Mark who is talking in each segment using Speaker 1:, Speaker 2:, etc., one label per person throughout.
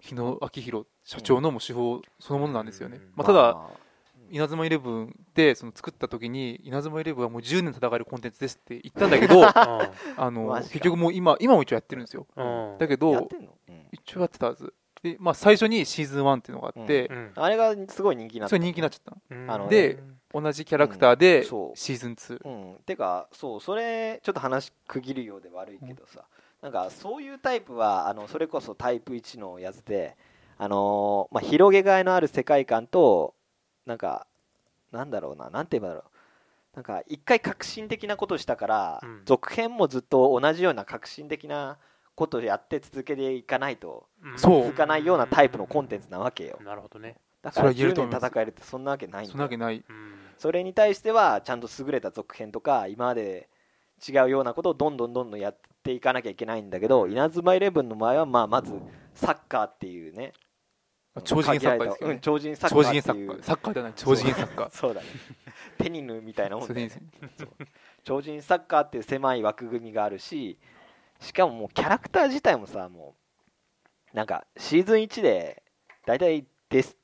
Speaker 1: 日野明宏社長のもう手法そのものなんですよね、
Speaker 2: うん
Speaker 1: まあ、ただ、
Speaker 3: ま
Speaker 1: 稲妻イレブンでその作った時に稲妻イレブンはもう10年戦えるコンテンツですって言ったんだけ どあの
Speaker 3: マジか
Speaker 1: 結局もう今今も一応やってるんですよ
Speaker 2: うんうん
Speaker 1: だけ
Speaker 3: あやっ
Speaker 1: ど
Speaker 3: てんのうん
Speaker 1: 一応やってたはずで、まあ、最初にシーズン1っていうのがあって
Speaker 2: う、ん
Speaker 3: あれがすごい人気になっ
Speaker 1: そ
Speaker 3: た
Speaker 1: れ人気になっちゃった
Speaker 2: うん
Speaker 3: あの
Speaker 1: での同じキャラクターで
Speaker 3: うんそう
Speaker 1: シーズン2、
Speaker 3: うん、てかそうそれちょっと話区切るようで悪いけどさ、なんかそういうタイプはあのそれこそタイプ1のやつで、あのーまあ、広げがいのある世界観となんかなんだろうななんて言えばいいんだろうなんか一回革新的なことしたから、
Speaker 2: うん
Speaker 3: 続編もずっと同じような革新的なことをやって続けていかないと
Speaker 2: うん
Speaker 1: そう
Speaker 3: 続かないようなタイプのコンテンツなわけよ
Speaker 2: なるほどね
Speaker 3: だ
Speaker 1: そ
Speaker 3: から
Speaker 1: れは言える
Speaker 3: 10
Speaker 1: と思い
Speaker 3: 年
Speaker 1: ます
Speaker 3: 戦えるってそんなわけないんだよ
Speaker 1: そんなわけない
Speaker 2: うん
Speaker 3: それに対してはちゃんと優れた続編とか今まで違うようなことをどんどんどんどんやっていかなきゃいけないんだけど稲妻イレブンの場合はまあまずサッカーっていうね
Speaker 1: 超次元サッカーですけど、
Speaker 3: うん
Speaker 1: ね
Speaker 3: 超人サッカ
Speaker 1: 超次
Speaker 3: ー
Speaker 1: 元サッカ
Speaker 3: っていう
Speaker 1: ーサッカーじゃない超次元サッカー
Speaker 3: そうだねテニヌみたいなもん
Speaker 1: そ
Speaker 3: だ
Speaker 1: れ
Speaker 3: よ
Speaker 1: でいい
Speaker 3: ね
Speaker 1: ですね
Speaker 3: 超人サッカーっていう狭い枠組みがあるししかももうキャラクター自体もさもうなんかシーズン1で大体弟子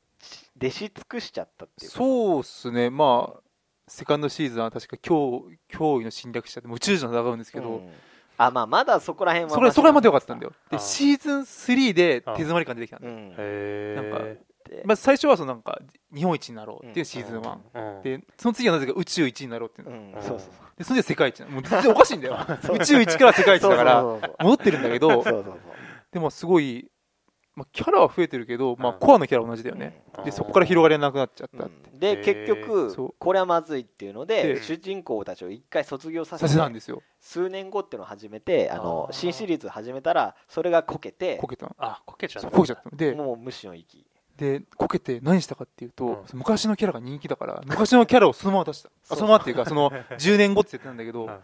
Speaker 3: 弟子尽くしちゃったっていうか
Speaker 1: そうっすねまあセカンドシーズンは確か脅脅威の侵略者でもう宇宙人と戦うんですけど、
Speaker 3: うんあまあまだそこら辺は
Speaker 1: そこらそこらまで良かったんだ
Speaker 3: よ、
Speaker 1: よで
Speaker 2: あー
Speaker 1: シーズン3で手
Speaker 2: あー
Speaker 1: 詰まり感出てきたんだ
Speaker 3: う
Speaker 1: よ
Speaker 3: ん、
Speaker 2: へ
Speaker 1: なんか
Speaker 2: え
Speaker 3: って
Speaker 1: まず最初はそのなんか日本一になろうっていうシーズン1、
Speaker 2: うん
Speaker 1: でその次はなぜか宇宙一になろうっていう
Speaker 3: う
Speaker 1: の、
Speaker 3: ん
Speaker 2: う
Speaker 3: そ
Speaker 2: ん
Speaker 3: うそうそう
Speaker 1: でその次は世界一なのもう全然おかしいんだ よ宇宙一から世界一だから
Speaker 3: そうそうそう
Speaker 1: 戻ってるんだけど
Speaker 3: そうそうそう
Speaker 1: でもすごい、まあ、キャラは増えてるけど、まあ、
Speaker 2: うん
Speaker 1: コアのキャラは同じだよね、
Speaker 2: うん
Speaker 1: でそこから広がりがなくなっちゃっ
Speaker 3: うん
Speaker 1: た、
Speaker 3: で
Speaker 2: へー
Speaker 3: 結
Speaker 1: そ
Speaker 3: 局
Speaker 1: う
Speaker 3: これはまずいっていうので
Speaker 1: で
Speaker 3: 主人公たちを一回卒業させ
Speaker 1: させたん
Speaker 3: て
Speaker 1: ですよ
Speaker 3: 数年後っていうのを始めてあの
Speaker 2: あー
Speaker 3: 新シリーズ始めたらそれがこけて
Speaker 1: こけたの
Speaker 2: あこけちゃっ
Speaker 1: そ
Speaker 2: た
Speaker 1: うこけちゃったので
Speaker 3: もう無視の域
Speaker 1: でこけて何したかっていうと、
Speaker 2: うん
Speaker 1: 昔のキャラが人気だから昔のキャラをそのまま出した
Speaker 3: そ
Speaker 1: あ
Speaker 3: う
Speaker 1: そのままっていうかそ の10年後って言ってたんだけど、
Speaker 2: うん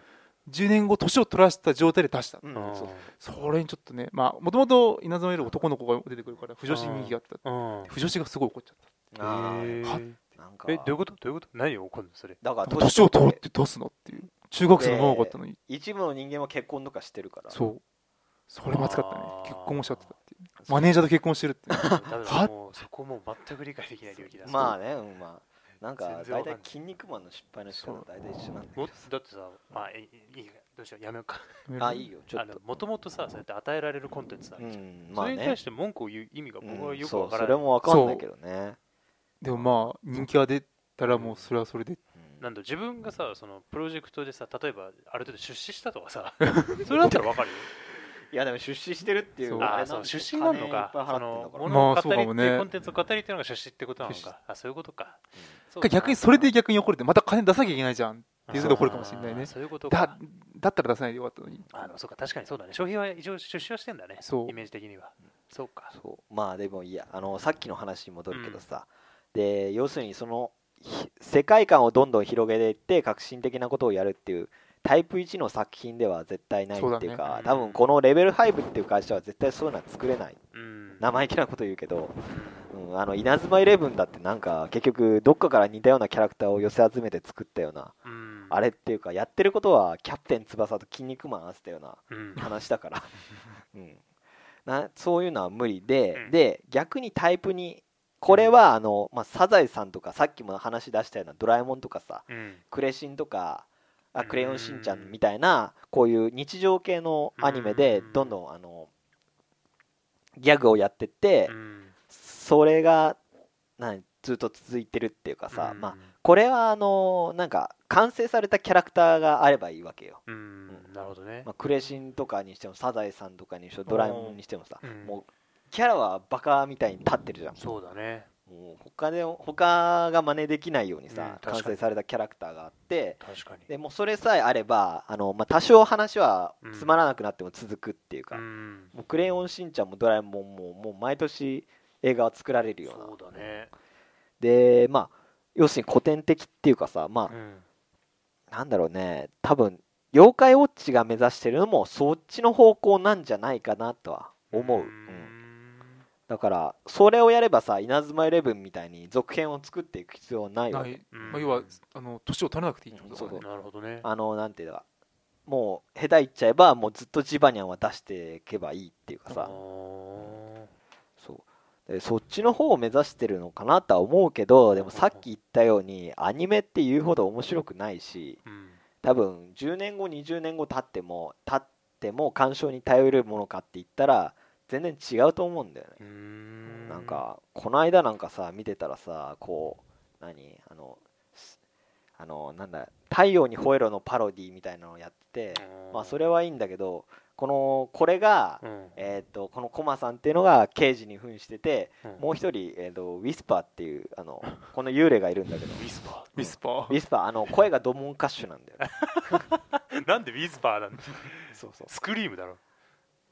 Speaker 1: 10年後年を取らせた状態で出した
Speaker 3: うん
Speaker 2: うん
Speaker 3: そう
Speaker 1: それにちょっとねまあもともと稲妻より男の子が出てくるから不女子人気があった
Speaker 2: うん
Speaker 1: 不女子がすごい怒っちゃっ
Speaker 3: あー
Speaker 2: へー
Speaker 3: なんか
Speaker 2: えどういうことどういうこと何を怒るのそれ
Speaker 3: だから
Speaker 1: た年を取
Speaker 3: 取
Speaker 1: るって出すのっていう中学生のままだったのに
Speaker 3: 一部の人間は結婚とかしてるから
Speaker 1: そうそれも熱かったね
Speaker 2: あー
Speaker 1: 結婚もしちゃってたっていうマネージャーと結婚してるっていう
Speaker 2: だから
Speaker 1: は
Speaker 2: もうそこもう全く理解できない領域だ
Speaker 3: まあねうんまあなんか
Speaker 2: 全然わ
Speaker 3: 大
Speaker 2: かん
Speaker 3: 体
Speaker 2: ない
Speaker 3: 筋肉マンの失敗の仕方
Speaker 1: そう
Speaker 3: 大体一緒なんだけ
Speaker 2: も
Speaker 3: ど
Speaker 2: だってさまあいいいいどうしようやめようか
Speaker 3: あいいよちょ
Speaker 2: あ
Speaker 3: っ
Speaker 2: の
Speaker 3: と
Speaker 2: もともとさそうやって与えられるコンテンツだ
Speaker 3: う
Speaker 2: ね
Speaker 3: んま
Speaker 2: そ
Speaker 3: あ
Speaker 2: れに
Speaker 3: ね
Speaker 2: 対して文句を言う意味が僕は
Speaker 3: うん
Speaker 2: よく
Speaker 3: そ
Speaker 2: わ
Speaker 3: う
Speaker 2: か
Speaker 3: そ
Speaker 2: ら
Speaker 3: れ
Speaker 2: ない
Speaker 3: もわかんないけどね
Speaker 1: でもまあ人気が出たらもうそれはそれで
Speaker 3: うん
Speaker 2: なんだ自分がさそのプロジェクトでさ例えばある程度出資したとか さそれだったらわかるよ
Speaker 3: いやでも出資してるっていう
Speaker 1: そう
Speaker 2: あ
Speaker 3: れ
Speaker 2: あそ
Speaker 3: なん
Speaker 2: う
Speaker 3: で
Speaker 2: 出資なのか
Speaker 3: 金いっぱい払
Speaker 2: そ
Speaker 3: って
Speaker 1: ね
Speaker 3: んだから
Speaker 2: の物
Speaker 1: ま
Speaker 2: を語
Speaker 1: あそう
Speaker 2: り
Speaker 1: か
Speaker 2: っ
Speaker 1: も
Speaker 2: て
Speaker 1: ね
Speaker 2: いうコンテンツを語りっていうのが出資ってことなの
Speaker 1: 出資
Speaker 2: かあそういうことか
Speaker 3: そう
Speaker 1: か逆にそれで逆に怒るってまた金出さなきゃいけないじゃん
Speaker 2: あ
Speaker 1: っていうところかもしれないね
Speaker 2: あそういうことか
Speaker 1: だだったら出さないでよかったのに
Speaker 2: あのそうか確かにそうだね消費は一応出資をしてんだね
Speaker 1: そう
Speaker 2: イメージ的にはそうか
Speaker 3: そうまあでもいいやあのさっきの話に戻るけどさ、で要するにそのひ世界観をどんどん広げていって革新的なことをやるっていうタイプ1の作品では絶対ない
Speaker 1: そうだ
Speaker 3: って
Speaker 1: ね
Speaker 3: いうか
Speaker 2: うん
Speaker 3: 多分このレベル5っていう会社は絶対そういうのは作れない
Speaker 2: うん
Speaker 3: 生意気なこと言うけど、うん、あの稲妻イレブンだってなんか結局どっかから似たようなキャラクターを寄せ集めて作ったような
Speaker 2: うん
Speaker 3: あれっていうかやってることはキャプテン翼と筋肉マン合わせたような
Speaker 2: うん
Speaker 3: 話だ から、うん、なそういうのは無理で、
Speaker 2: うん
Speaker 3: で逆にタイプにこれはあの、まあ、サザエさんとかさっきも話出したようなドラえもんとかさ
Speaker 2: うん
Speaker 3: クレシンとかあ
Speaker 2: うん
Speaker 3: クレヨンしんちゃんみたいなこういう日常系のアニメで
Speaker 2: うん
Speaker 3: どんどんあのギャグをやってって、
Speaker 2: うん
Speaker 3: それが何ずっと続いてるっていうかさ、
Speaker 2: うん
Speaker 3: まあ、これはあのなんか完成されたキャラクターがあればいいわけよ。
Speaker 2: うんなるほどね
Speaker 3: まあ、クレシンとかにしてもサザエさんとかにしてもドラえもんにしてもさ、
Speaker 2: うん
Speaker 3: もうキャラはバカみたいに立ってるじゃん
Speaker 2: そうだね
Speaker 3: もう他で他が真似できないようにさ、
Speaker 2: うん確
Speaker 3: 完
Speaker 2: か
Speaker 3: 成
Speaker 2: に
Speaker 3: されたキャラクターがあって
Speaker 2: 確かに
Speaker 3: でもうそれさえあればあの、まあ、多少話はつまらなくなっても続くっていうか、
Speaker 2: うん
Speaker 3: もうクレヨンしんちゃんもドラえもんももう毎年映画は作られるような
Speaker 2: そうだね
Speaker 3: でまあ要するに古典的っていうかさまあ、
Speaker 2: うん
Speaker 3: なんだろうね多分妖怪ウォッチが目指してるのもそっちの方向なんじゃないかなとは思う、
Speaker 2: う
Speaker 3: うん
Speaker 2: ん
Speaker 3: だからそれをやればさ稲妻イレブンみたいに続編を作っていく必要はないわ
Speaker 1: な
Speaker 3: け
Speaker 1: い、まあ、要はあの年を取らなくていいってことだ
Speaker 3: そ
Speaker 1: ね
Speaker 3: う
Speaker 2: なるほどね
Speaker 3: あのなんていうかもう下手いっちゃえばもうずっとジバニャンは出していけばいいっていうかさ
Speaker 2: あー
Speaker 3: そうでそっちの方を目指してるのかなとは思うけどでもさっき言ったようにアニメって言うほど面白くないし
Speaker 2: うん
Speaker 3: 多分10年後20年後経っても経っても鑑賞に頼れるものかって言ったら全然違うと思うんだよね
Speaker 2: うーん
Speaker 3: なんかこの間なんかさ見てたらさこう何あのすあのなんだ「太陽にほえろ」のパロディみたいなのをやっててまあそれはいいんだけどこのこれが、
Speaker 2: うん
Speaker 3: えー、とこのコマさんっていうのが刑事に扮してて
Speaker 2: うん
Speaker 3: もう一人、えー、とウィスパーっていうあのこの幽霊がいるんだけど
Speaker 2: ウィスパ
Speaker 1: ウィスパ
Speaker 3: ウ
Speaker 1: ー
Speaker 3: ィスパーあの声がドモンカッシュなんだよ ね
Speaker 2: ーなんでウィスパーなんだ
Speaker 3: そうそう
Speaker 2: スクリームだろ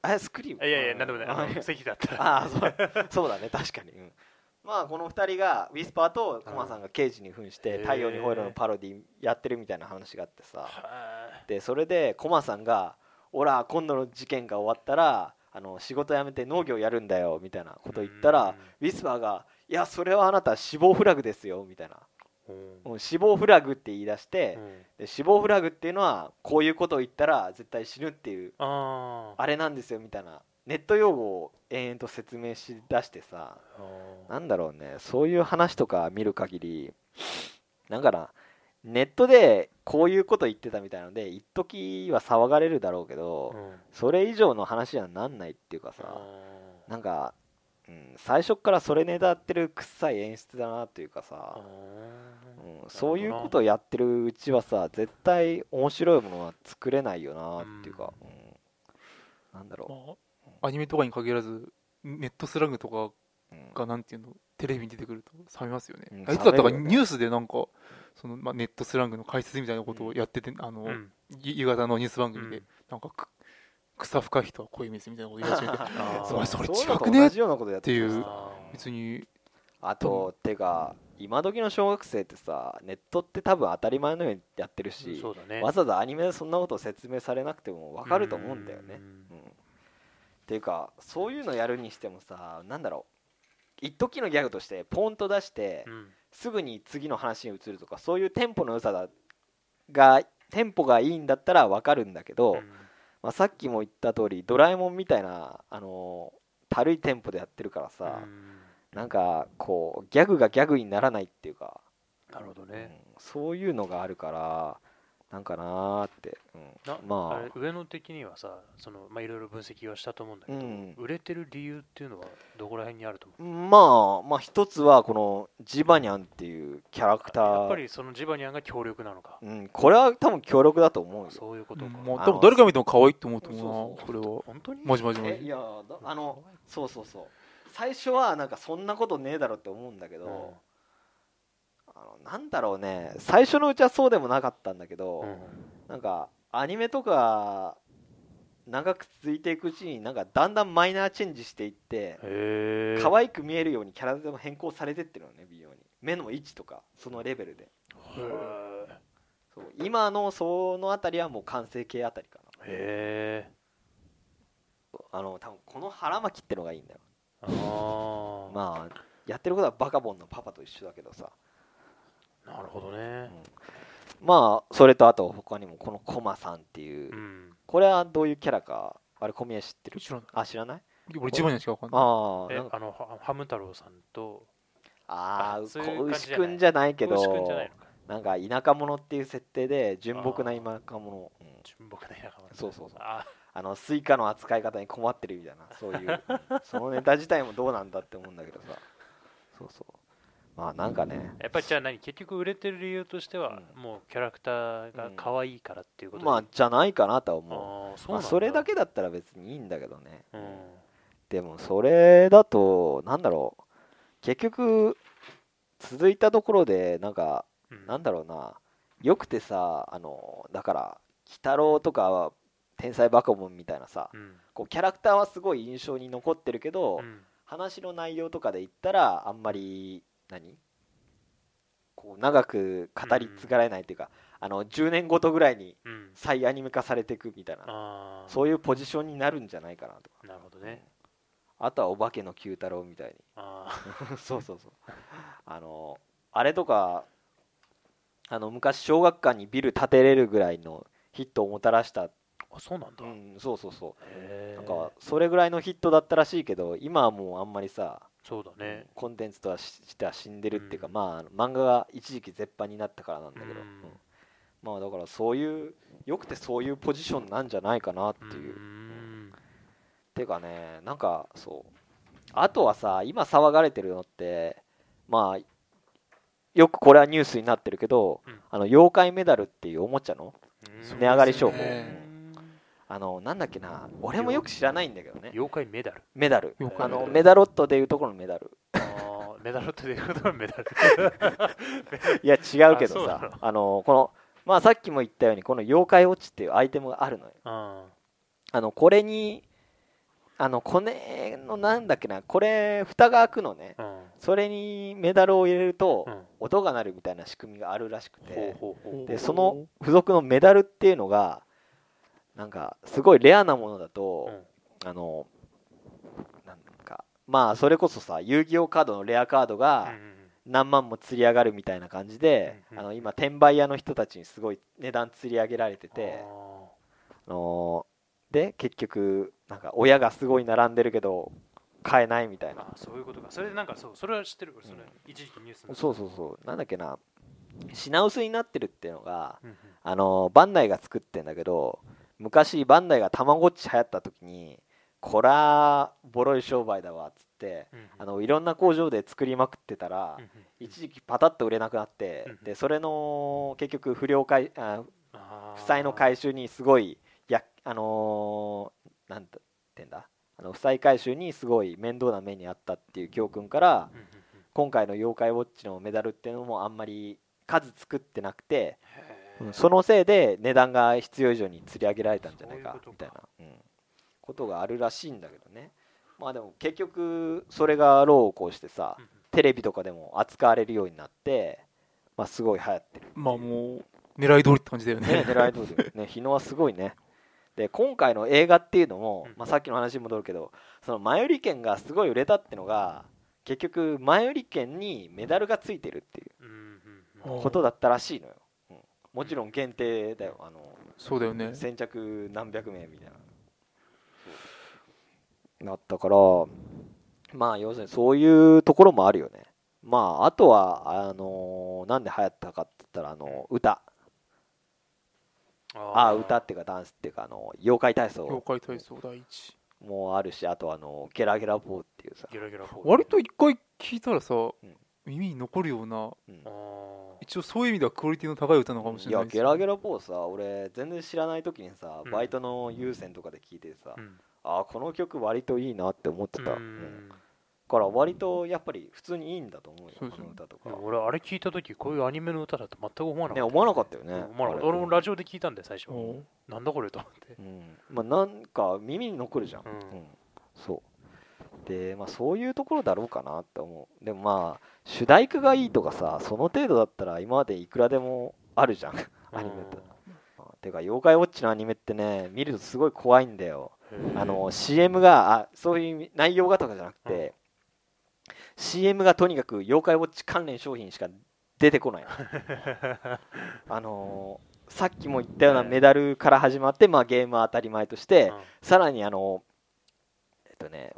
Speaker 3: あれスクリーム
Speaker 2: いやいやなんでもないあ
Speaker 3: あ
Speaker 2: の席だったら
Speaker 3: あー そうそうだね確かに、うんまあこの2人がウィスパーとコマさんが刑事に扮し
Speaker 2: へ
Speaker 3: て「
Speaker 2: ー
Speaker 3: 太陽にほえろ」のパロディやってるみたいな話があってさ
Speaker 2: は
Speaker 3: でそれでコマさんが「オラ今度の事件が終わったらあの仕事辞めて農業やるんだよ」みたいなこと言ったらウィスパーが「いやそれはあなた死亡フラグですよ」みたいな
Speaker 2: ーうん
Speaker 3: うん死亡フラグって言い出して
Speaker 2: うん
Speaker 3: で死亡フラグっていうのはこういうことを言ったら絶対死ぬっていう
Speaker 2: あー
Speaker 3: あれなんですよみたいなネット用語を延々と説明しだしてさ
Speaker 2: あー
Speaker 3: なんだろうねそういう話とか見る限りなんかなネットでこういうこと言ってたみたいなので一時は騒がれるだろうけど、
Speaker 2: うん
Speaker 3: それ以上の話にはなんないっていうかさ、
Speaker 2: あ
Speaker 3: なんか、うん、最初っからそれねだってる臭い演出だなというかさ
Speaker 2: ー、あ
Speaker 3: うん、そういうことをやってるうちはさ絶対面白いものは作れないよなっていうか、うんなんだろ
Speaker 1: まあアニメとかに限らずネットスラングとか
Speaker 3: う、うん
Speaker 1: がなんていうのテレビに出てくると冷めますよね、
Speaker 3: うん
Speaker 1: あいつだったか
Speaker 3: 冷めるよね
Speaker 1: ニュースでなんかその、まあ、ネットスラングの解説みたいなことをやってて、あの、
Speaker 2: ーうん
Speaker 1: ゆ夕方のニュース番組で、
Speaker 2: うん
Speaker 1: なんかく草深い人は恋ですみたいなこと言い始めて
Speaker 2: あー
Speaker 1: お前それ
Speaker 3: そういうの
Speaker 1: 違
Speaker 3: と
Speaker 1: くね
Speaker 3: 同じようなことやってま
Speaker 1: っ
Speaker 3: して
Speaker 1: い
Speaker 3: た
Speaker 1: う別に
Speaker 3: あとてか今時の小学生ってさネットって多分当たり前のようにやってるし、
Speaker 2: そうだね
Speaker 3: わざわざアニメでそんなことを説明されなくても分かると思うんだよね。
Speaker 2: ん
Speaker 3: うんっていうかそういうのやるにしてもさなんだろう一時のギャグとしてポンと出して
Speaker 2: うん
Speaker 3: すぐに次の話に移るとかそういうテンポの良さだがテンポがいいんだったら分かるんだけど、まあ、さっきも言った通りドラえもんみたいなあのたるいテンポでやってるからさ、
Speaker 2: うん
Speaker 3: なんかこうギャグがギャグにならないっていうか、
Speaker 2: なるほど
Speaker 3: うん
Speaker 2: ね
Speaker 3: そういうのがあるからなんかなーって、うん
Speaker 2: なあ
Speaker 3: ま
Speaker 2: れ
Speaker 3: あ
Speaker 2: 上野的にはさそのまあいろいろ分析はしたと思うんだけど
Speaker 3: うん
Speaker 2: 売れてる理由っていうのはどこら辺にあると思う
Speaker 3: まあまあ一つはこのジバニャンっていうキャラクター
Speaker 2: やっぱりそのジバニャンが強力なのか
Speaker 3: うん、これは多分強力だと思うよ
Speaker 2: そういうことか
Speaker 1: もう
Speaker 3: あ
Speaker 1: 多
Speaker 3: の
Speaker 1: 分誰が見ても可愛いと思うと思う
Speaker 3: そう
Speaker 1: な
Speaker 3: そう
Speaker 1: これは
Speaker 2: 本当に
Speaker 1: マジマジマ
Speaker 3: え
Speaker 1: ジ
Speaker 3: いやだあのそうそうそう最初はなんかそんなことねえだろって思うんだけど、あのなんだろうね最初のうちはそうでもなかったんだけど、
Speaker 2: うん
Speaker 3: なんかアニメとか長く続いていくうちになんかだんだんマイナーチェンジしていって
Speaker 2: へえ
Speaker 3: 可愛く見えるようにキャラでも変更されてってるのね微妙に目の位置とかそのレベルでそう今のそのあたりはもう完成形あたりか
Speaker 2: へえ
Speaker 3: なあの多分この腹巻きってのがいいんだよ
Speaker 2: ああ
Speaker 3: まあやってることはバカボンのパパと一緒だけどさ、
Speaker 2: なるほど
Speaker 3: うん
Speaker 2: ね
Speaker 3: まあそれとあと他にもこのコマさんっていう、
Speaker 2: うん
Speaker 3: これはどういうキャラかあれ小宮知ってる
Speaker 1: 知らない
Speaker 3: あ知らない
Speaker 1: 俺一番にしか分かんない
Speaker 3: ああ
Speaker 2: え
Speaker 3: なんか
Speaker 2: あのハハム太郎さんと
Speaker 3: あ
Speaker 2: あ
Speaker 3: あ
Speaker 2: そういう感じ
Speaker 3: 牛
Speaker 2: じゃない
Speaker 3: くんじゃないけど
Speaker 2: 大志くんじゃないのか
Speaker 3: なんか田舎者っていう設定で純朴な田舎者うん
Speaker 2: 純朴な仲間
Speaker 3: そうそうそう
Speaker 2: あ
Speaker 3: あのスイカの扱い方に困ってるみたいなそういう うんそのネタ自体もどうなんだって思うんだけどさそうそうまあなんかね
Speaker 2: やっぱりじゃあ何結局売れてる理由としては、もうキャラクターが可愛いからっていうことで
Speaker 3: まあじゃないかなとは
Speaker 2: あ
Speaker 3: 思
Speaker 2: ーそうう
Speaker 3: ま
Speaker 2: な
Speaker 3: あ
Speaker 2: んだ
Speaker 3: それだけだったら別にいいんだけどね
Speaker 2: うん
Speaker 3: でもそれだとなんだろう結局続いたところでなんか
Speaker 2: うん
Speaker 3: なんだろうな、よくてさ、あのだから、鬼太郎とかは天才バカモンみたいなさ、
Speaker 2: うん
Speaker 3: こうキャラクターはすごい印象に残ってるけど、
Speaker 2: うん
Speaker 3: 話の内容とかで言ったら、あんまり、何こう長く語り継がれないっていうか、あの10年ごとぐらいに
Speaker 2: うん
Speaker 3: 再アニメ化されていくみたいな、
Speaker 2: ああ
Speaker 3: そういうポジションになるんじゃないかなとか。
Speaker 2: なるほどね
Speaker 3: あとはお化けの九太郎みたいに
Speaker 2: あ
Speaker 3: そうそうそうあのあれとかあの昔小学館にビル建てれるぐらいのヒットをもたらした、
Speaker 2: ーあそうなんだ、
Speaker 3: う
Speaker 2: へ
Speaker 3: ん、そうそうそう
Speaker 2: え
Speaker 3: なんかそれぐらいのヒットだったらしいけど今はもうあんまりさ
Speaker 2: そうだね
Speaker 3: コンテンツとはししては死んでるっていうか、
Speaker 2: うん
Speaker 3: まああの漫画が一時期絶版になったからなんだけど、
Speaker 2: うん
Speaker 3: うんまあだからそういうよくてそういうポジションなんじゃないかなって
Speaker 2: う
Speaker 3: いう、っ
Speaker 2: ん
Speaker 3: ていうかねなんかそうあとはさ今騒がれてるのってまあよくこれはニュースになってるけど、
Speaker 2: うん
Speaker 3: あの妖怪メダルっていうおもちゃの
Speaker 1: そ
Speaker 2: そうう
Speaker 3: 値上がり商法、
Speaker 1: ですね
Speaker 3: あのなんだっけな俺もよく知らないんだけどね
Speaker 2: 妖怪メダル
Speaker 3: メダル
Speaker 1: 妖怪
Speaker 3: あ
Speaker 1: メダル
Speaker 3: のメダロットでいうところのメダル
Speaker 2: あ ーメダルっていうことはメダル
Speaker 3: いや違うけど
Speaker 2: あそうな
Speaker 3: さ
Speaker 2: の
Speaker 3: あのこのまあさっきも言ったようにこの妖怪ウォッチっていうアイテムがあるのよ
Speaker 2: あ
Speaker 3: あのこれにあのこれのなんだっけなこれ蓋が開くのね
Speaker 2: ーうん
Speaker 3: それにメダルを入れると
Speaker 2: うん
Speaker 3: 音が鳴るみたいな仕組みがあるらしく
Speaker 2: ほ
Speaker 3: て
Speaker 2: うほうほう
Speaker 1: ほう
Speaker 3: でその付属のメダルっていうのがなんかすごいレアなものだと
Speaker 2: うん
Speaker 3: あのなんかまあそれこそさ遊戯王カードのレアカードが、
Speaker 2: うんうん
Speaker 3: 何万も釣り上がるみたいな感じで、
Speaker 2: うんう
Speaker 3: あ
Speaker 2: ん
Speaker 3: の今転売屋の人たちにすごい値段釣り上げられてて、
Speaker 2: あ
Speaker 3: あのーで結局なんか親がすごい並んでるけど買えないみたい
Speaker 2: ー
Speaker 3: な
Speaker 2: あーそういうことかそれでなんかそうそれは知ってる俺そ
Speaker 3: う
Speaker 2: れ
Speaker 3: ん
Speaker 2: 一時期ニュースになった
Speaker 3: そうそうそうなんだっけな品薄になってるっていうのが、
Speaker 2: うんうん
Speaker 3: あのーバンダイが作ってんだけど昔バンダイがたまごっち流行った時にこらボロい商売だわっつって
Speaker 2: うんうん
Speaker 3: あのいろんな工場で作りまくってたら、
Speaker 2: うんうん
Speaker 3: 一時期パタッと売れなくなって、
Speaker 2: うんうん
Speaker 3: でそれの結局不良回あ
Speaker 2: あー
Speaker 3: 負債の回収にすごいやあのーなんて言ってんだあの負債回収にすごい面倒な目にあったっていう教訓から
Speaker 2: うんうんうん
Speaker 3: 今回の「妖怪ウォッチ」のメダルっていうのもあんまり数作ってなくて、
Speaker 2: へ
Speaker 3: う
Speaker 2: ー
Speaker 3: んそのせいで値段が必要以上に釣り上げられたんじゃないか
Speaker 2: そういうこと
Speaker 3: みたいな
Speaker 2: か、
Speaker 3: うんことがあるらしいんだけどねまあでも結局それが労をこうしてさ、
Speaker 2: うんうん
Speaker 3: テレビとかでも扱われるようになって、まあ、すごい流行ってる、
Speaker 1: まあもう狙い通りって感じだよ
Speaker 3: ね、
Speaker 1: ね
Speaker 3: 狙い通りね日野はすごいねで今回の映画っていうのも
Speaker 2: うん、
Speaker 3: まあ、さっきの話に戻るけどその前売り券がすごい売れたってのが結局前売り券にメダルがついてるってい
Speaker 2: うんうんうん
Speaker 3: うことだったらしいのよ、うんもちろん限定だよあの
Speaker 1: そうだよね
Speaker 3: 先着何百名みたいななったからまあ要するにそういうところもあるよねまああとはあのーなんで流行ったかって言ったらあの歌あ
Speaker 2: ー
Speaker 3: 歌っていうかダンスっていうかあの妖怪体
Speaker 1: 妖
Speaker 3: 操
Speaker 1: 怪体操第一
Speaker 3: もあるしあとあのゲラゲラ棒っていうさ、
Speaker 2: ゲラゲラホール
Speaker 1: 割と一回聞いたらさ
Speaker 3: ん
Speaker 1: 耳に残るような
Speaker 3: うん
Speaker 2: あー
Speaker 1: 一応そういう意味ではクオリティの高い歌なのかもし
Speaker 3: い
Speaker 1: れな
Speaker 3: や
Speaker 1: いです
Speaker 3: ゲラゲラ棒さ俺全然知らない時にさ
Speaker 2: うん
Speaker 3: バイトの優先とかで聞いてさ、
Speaker 2: うん
Speaker 3: ああこの曲割といいなって思ってた、
Speaker 2: う
Speaker 3: うん
Speaker 2: ん
Speaker 3: から割とやっぱり普通にいいんだと思うよ、
Speaker 1: そうそう
Speaker 3: この歌とか
Speaker 2: でも。俺あれ聞いた時こういうアニメの歌だと全く思わなか
Speaker 3: ね、
Speaker 2: った
Speaker 3: 思わなかったよね。
Speaker 2: 思わなかった
Speaker 3: あれ
Speaker 2: 俺もラジオで聞いたんで最初
Speaker 1: おう
Speaker 2: なんだこれと思って
Speaker 3: うんまあ、なんか耳に残るじゃん。
Speaker 2: うん
Speaker 3: そう。で、まあ、そういうところだろうかなって思う。でもまあ、主題歌がいいとかさ、その程度だったら今までいくらでもあるじゃん、 アニメって。あてか、妖怪ウォッチのアニメってね、見るとすごい怖いんだよ。
Speaker 2: うん
Speaker 3: あの CM があそういう内容がとかじゃなくて、CM がとにかく妖怪ウォッチ関連商品しか出てこないあのーさっきも言ったようなメダルから始まって、まあ、ゲームは当たり前として、さらにあのえっとね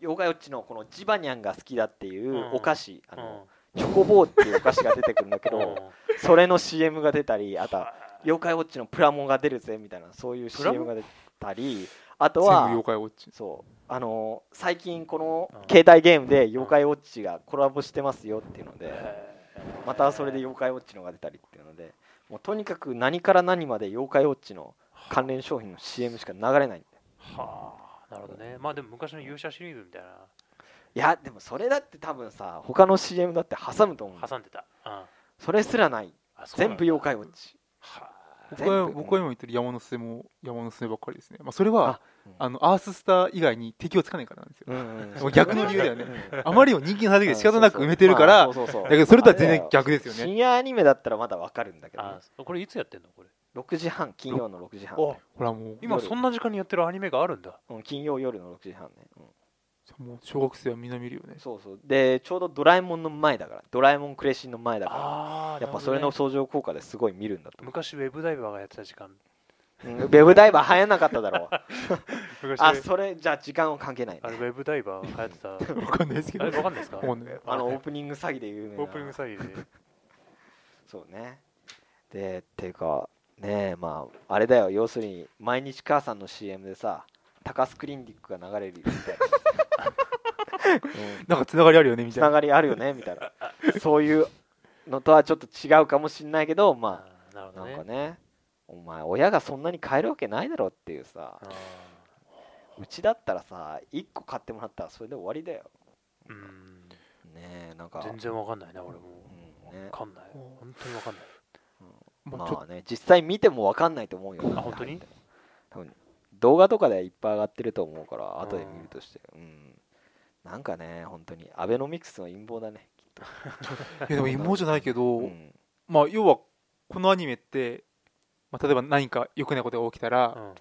Speaker 3: 妖怪ウォッチのこのジバニャンが好きだっていう
Speaker 2: うん
Speaker 3: お菓子、
Speaker 2: う
Speaker 3: あ
Speaker 2: ん
Speaker 3: のチョコボーっていうお菓子が出てくるんだけ
Speaker 2: うん
Speaker 3: ど それの CM が出たりあとは妖怪ウォッチのプラモが出るぜみたいなそういう
Speaker 2: プラモ
Speaker 3: CM が出たりあと
Speaker 1: 全部
Speaker 3: は
Speaker 1: 妖怪ウォッチ
Speaker 3: そうあのー最近この
Speaker 2: うん
Speaker 3: 携帯ゲームで「妖怪ウォッチ」がコラボしてますよっていうので
Speaker 2: へー
Speaker 3: またそれで「妖怪ウォッチ」のが出たりっていうのでもうとにかく何から何まで「妖怪ウォッチ」の関連商品の CM しか流れないんだよ
Speaker 2: はあなるほどねまあでも昔の勇者シリーズみたいない
Speaker 3: やでもそれだって多分さ他の CM だって挟むと思う
Speaker 2: 挟んでたうん
Speaker 3: それすらない
Speaker 2: あそうな
Speaker 3: 全
Speaker 2: ん
Speaker 3: 部
Speaker 2: だ
Speaker 3: 妖怪ウォッチ
Speaker 2: はあ
Speaker 1: 僕は
Speaker 3: 全部
Speaker 1: 僕は今言ってる山のすも山のすばっかりですね、まあ、それは
Speaker 3: あうん
Speaker 1: あのアーススター以外に敵をつかないから なんですよ
Speaker 3: うん
Speaker 1: もう逆の理由だよね
Speaker 3: うん
Speaker 1: あまりを人気の畑で仕方なく埋めてるから
Speaker 3: まあそうそうそう
Speaker 1: だけどそれとは全然逆ですよね
Speaker 3: 深夜アニメだったらまだわかるんだけど
Speaker 2: あ
Speaker 3: ね
Speaker 2: これいつやってんのこれ
Speaker 3: 6時半金曜の6時半
Speaker 2: あ
Speaker 1: ほらもう
Speaker 2: 今そんな時間にやってるアニメがあるんだ
Speaker 3: うん金曜夜の6時半ねうん
Speaker 1: もう小学生はみんな見るよ ね
Speaker 3: そうそうでちょうど「ドラえもん」の前だから「ドラえもんクレシン」の前だか
Speaker 2: ああ
Speaker 3: らやっぱそれの相乗効果ですごい見るんだと思う
Speaker 2: 昔ウェブダイバーがやってた時間
Speaker 3: うんウェブダイバー流行んなかっただ ろう
Speaker 2: 昔
Speaker 3: あそれじゃあ時間は関係ない、ね、
Speaker 2: あれウェブダイバー流行ってたあ
Speaker 1: わかんないですけど
Speaker 2: れわかんな いですか
Speaker 1: もうね
Speaker 3: あのオープニング詐欺で有名な
Speaker 2: オープニング詐欺で
Speaker 3: そうねでっていうかねえまああれだよ要するに毎日母さんの CM でさ高須クリニックが流れるよみたい な、うん
Speaker 1: なんかつながりあるよねみ
Speaker 3: つ
Speaker 1: たい
Speaker 3: な
Speaker 1: な
Speaker 3: がりあるよねみたいなそういうのとはちょっと違うかもしんないけどま
Speaker 2: あーなる
Speaker 3: あな
Speaker 2: ほど
Speaker 3: んか
Speaker 2: ね
Speaker 3: ねお前親がそんなに買えるわけないだろっていうさ
Speaker 2: あ
Speaker 3: うちだったらさ1個買ってもらったらそれで終わりだよ
Speaker 2: ーうん
Speaker 3: ねえなんか、
Speaker 2: 全然わかんないな俺も
Speaker 3: うんね
Speaker 2: わかんない
Speaker 1: うん
Speaker 2: 本当にわかんない
Speaker 1: もうちょ
Speaker 3: まあね実際見ても分かんないと思うよ
Speaker 2: あ本当に
Speaker 3: 多分動画とかでいっぱい上がってると思うから後で見るとしてうんなんかね本当にアベノミクスの陰謀だね
Speaker 1: いやでも妹じゃないけど、
Speaker 3: うん
Speaker 1: まあ要はこのアニメって、まあ、例えば何か良くないことが起きたら、
Speaker 2: うん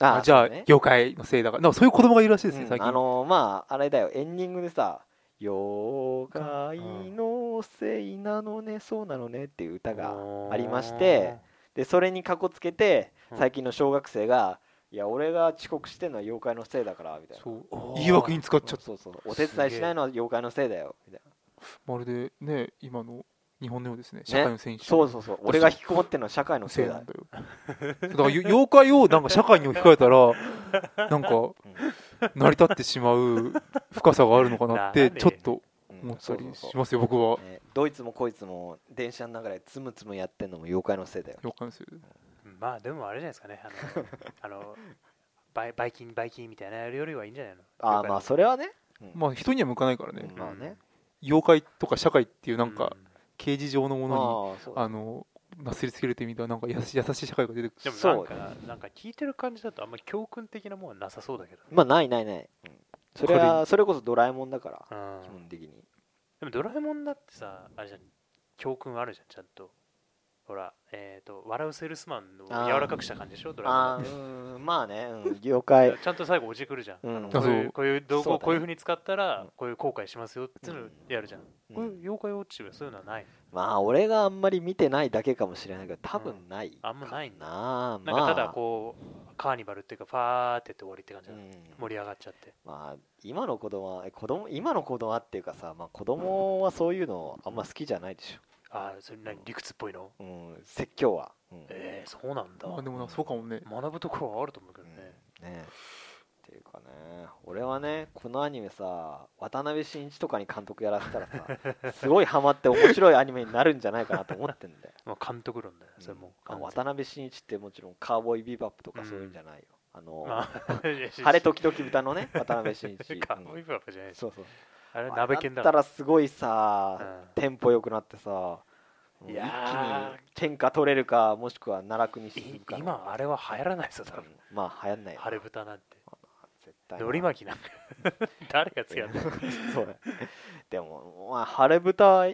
Speaker 1: まあじゃ
Speaker 3: そ
Speaker 1: あ
Speaker 3: うね
Speaker 1: 業界のせいだからなんかそういう子供がいるらしいですね、
Speaker 3: うん
Speaker 1: 最近
Speaker 3: あのーまああれだよエンディングでさ「妖怪のせいなのねそうなのね」っていう歌がありましてでそれにかこつけて
Speaker 2: うん
Speaker 3: 最近の小学生が「いや俺が遅刻してんのは妖怪のせいだから」みたいな
Speaker 1: そう
Speaker 2: おー
Speaker 1: 言い訳に使っちゃっ
Speaker 3: そうそうお手伝い
Speaker 2: すげえ
Speaker 3: しないのは妖怪のせいだよみたいな
Speaker 1: まるでね今の日本のようですね社会の選手、
Speaker 3: そうそうそう俺が引きこもってんのは社会のせ
Speaker 1: せ
Speaker 3: い
Speaker 1: い
Speaker 3: だ
Speaker 1: な
Speaker 3: よ
Speaker 1: んだよ だからよ妖怪をなんか社会に置き換えたら なんか成り立ってしまう深さがあるのかな って
Speaker 2: なる
Speaker 1: ちょ
Speaker 2: ほど
Speaker 1: っと
Speaker 3: うん
Speaker 1: 思ったり
Speaker 3: そう
Speaker 1: し
Speaker 3: そう
Speaker 1: ますよ僕は
Speaker 3: そうねドイツもこいつも電車の中でつむつむやってんのも妖怪のせいだよ
Speaker 1: 妖怪のせいで
Speaker 2: まあでもあれじゃないですかね あのあのバイバイキンバイキンみたいなやるよりはいいんじゃないの
Speaker 3: ああまあそれはね
Speaker 1: まあ人には向かないからね、
Speaker 3: うんまあね
Speaker 1: 妖怪とか社会っていう
Speaker 2: な
Speaker 1: なんか刑事上のも
Speaker 3: あ
Speaker 1: の
Speaker 3: ーそ
Speaker 1: に
Speaker 3: う
Speaker 1: あのなすりつけるって意味ではなんか優しい優しい社会が出てくる
Speaker 2: でも
Speaker 3: そう
Speaker 2: なんかなんか聞いてる感じだとあんまり教訓的なもんはなさそうだけどね
Speaker 3: まあないないない、うんそれはそれこそドラえもんだから
Speaker 2: うん
Speaker 3: 基本的に
Speaker 2: でもドラえもんだってさあれじゃん教訓あるじゃんちゃんとほらえっ、と笑うセールスマンの
Speaker 3: あー
Speaker 2: 柔らかくした感じでしょドラえもん
Speaker 3: あ
Speaker 2: だっ
Speaker 3: あ
Speaker 2: て
Speaker 3: ーうんまあね、うん、業 界
Speaker 2: ちゃんと最後おじくるじゃん、
Speaker 3: うん
Speaker 2: あの
Speaker 3: あ
Speaker 2: こう
Speaker 1: そ
Speaker 2: い
Speaker 1: う
Speaker 2: うこういう道具
Speaker 3: そうだ
Speaker 2: を
Speaker 3: ね
Speaker 2: こういうふうに使ったら、
Speaker 3: うん
Speaker 2: こういう後悔しますよっていうのやるじゃん、
Speaker 3: う
Speaker 2: こういうん妖怪ウォッチはそういうのはない
Speaker 3: まあ俺があんまり見てないだけかもしれないけど多分ない
Speaker 2: あんまないんだ
Speaker 3: なあ
Speaker 2: な
Speaker 3: ま
Speaker 2: ん
Speaker 3: あ
Speaker 2: かただこうカーニバルっていうかファーってやって終わりって感じ
Speaker 3: う
Speaker 2: だ、
Speaker 3: ん
Speaker 2: 盛り上がっちゃって
Speaker 3: まあ今の子供はえ子供今の子供はっていうかさ、まあ、子供はそういうのあんま好きじゃないでし
Speaker 2: ああそれ何理屈っぽいの
Speaker 3: ょ、うん、説教は、うん
Speaker 2: えー、そうなんだ、
Speaker 1: まあでもなそうかもね
Speaker 2: 学ぶところはあると思うけど
Speaker 3: うん
Speaker 2: ね、
Speaker 3: ねっていうかね俺はねこのアニメさ渡辺慎一とかに監督やらせたら さすごいハマって面白いアニメになるんじゃないかなと思ってんだよ、
Speaker 2: まあ、監督論だよ それも、
Speaker 3: まあ
Speaker 2: 完
Speaker 3: 渡辺慎一ってもちろんカーボーイビバップとかそういうんじゃないよ、あの
Speaker 2: 全にまあいやい や
Speaker 3: 晴れ時々歌 のね渡辺慎一、
Speaker 2: カー
Speaker 3: うん
Speaker 2: ボーイブラックじゃないです
Speaker 3: そうそう
Speaker 2: あれ鍋犬
Speaker 3: あれだっ
Speaker 2: だか
Speaker 3: たらすごいさ、
Speaker 2: ら、
Speaker 3: テンポ良くなってさ
Speaker 2: いやー
Speaker 3: 一気に天下取れるかもしくは奈落に
Speaker 2: うん
Speaker 3: 沈む
Speaker 2: い
Speaker 3: か
Speaker 2: 今あれは流行らないぞ多
Speaker 3: う
Speaker 2: 分
Speaker 3: んまあ流行んないよ
Speaker 2: 晴れ豚なんて
Speaker 3: 絶対
Speaker 2: のり巻き なんか誰がつやってんの
Speaker 3: そうだでも、まあ、晴れ豚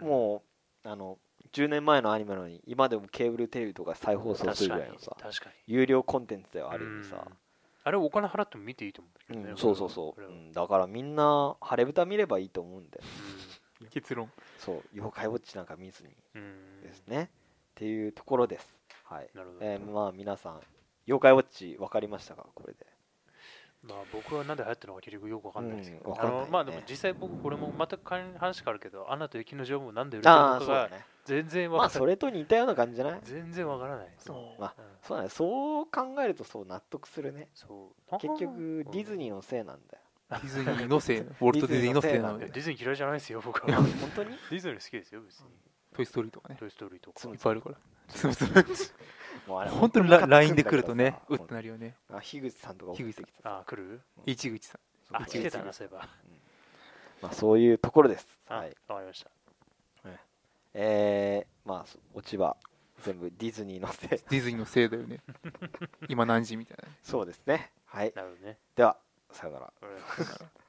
Speaker 3: もうあの10年前のアニメなのに今でもケーブルテレビとか再放送す
Speaker 2: 確
Speaker 3: るぐ
Speaker 2: から
Speaker 3: い
Speaker 2: に
Speaker 3: のさ
Speaker 2: 確かに
Speaker 3: 有料コンテンツだよある意味
Speaker 2: う
Speaker 3: さ
Speaker 2: ん、あれお金払っても見ていいと思うけ
Speaker 3: う
Speaker 2: どね、
Speaker 3: ん、そうそうそう、
Speaker 2: 俺
Speaker 3: う
Speaker 2: はうん
Speaker 3: ん、だからみんな晴れ豚見ればいいと思うんだよ
Speaker 1: 結論
Speaker 3: そう妖怪ウォッチなんか見ずに
Speaker 2: うん
Speaker 3: ですね、っていうところですはい
Speaker 2: なるほど、
Speaker 3: えーまあ皆さん妖怪ウォッチ分かりましたかこれで
Speaker 2: まあ、僕はなんで流行ったのか結局よくわかんないですけど、
Speaker 3: うんわか
Speaker 2: あ
Speaker 3: んないね
Speaker 2: のまあでも実際僕これも全く関話変わるけど「アナと雪の女王」もなんで売れた
Speaker 3: ああ
Speaker 2: の
Speaker 3: そ
Speaker 2: か
Speaker 3: うだ
Speaker 2: が
Speaker 3: ね
Speaker 2: 全然わ
Speaker 3: まあ
Speaker 2: から
Speaker 3: そ
Speaker 2: ない、
Speaker 3: れと似たような感じじゃない
Speaker 2: 全然わからない
Speaker 1: そう
Speaker 3: まあ
Speaker 2: うん
Speaker 3: そうだねそう考えるとそう納得するね
Speaker 2: そう
Speaker 3: 結局ディズニーのせいなんだよ
Speaker 1: ディズニーのせいウォルト・ディズニーのせいなの
Speaker 2: いや
Speaker 1: で
Speaker 2: ディズニー嫌いじゃないですよ、僕
Speaker 3: いや
Speaker 2: は
Speaker 3: 本。当に
Speaker 2: ディズニー好きですよ、別に。
Speaker 1: 「トイ・ストーリー」とかね
Speaker 2: トイ・ストーリーとか
Speaker 3: そ。う
Speaker 1: いっぱいあるからそうそう
Speaker 3: もうあれ
Speaker 1: 本当にラ LINE で来ると ねうってなるよね
Speaker 3: あ樋口さんとか送ってきて
Speaker 2: あ、来る
Speaker 1: 市口さん
Speaker 3: そう
Speaker 2: あ、来てたな、そういえば。
Speaker 3: まあそういうところです
Speaker 2: あ
Speaker 3: はい
Speaker 2: わかりました。
Speaker 3: えー、まあ落ち葉全部ディズニーのせい
Speaker 1: ディズニーのせいだよね 今何時みたいな
Speaker 3: そうですねはい
Speaker 2: なるほどね。
Speaker 3: ではさよなら
Speaker 2: わかりました
Speaker 1: だから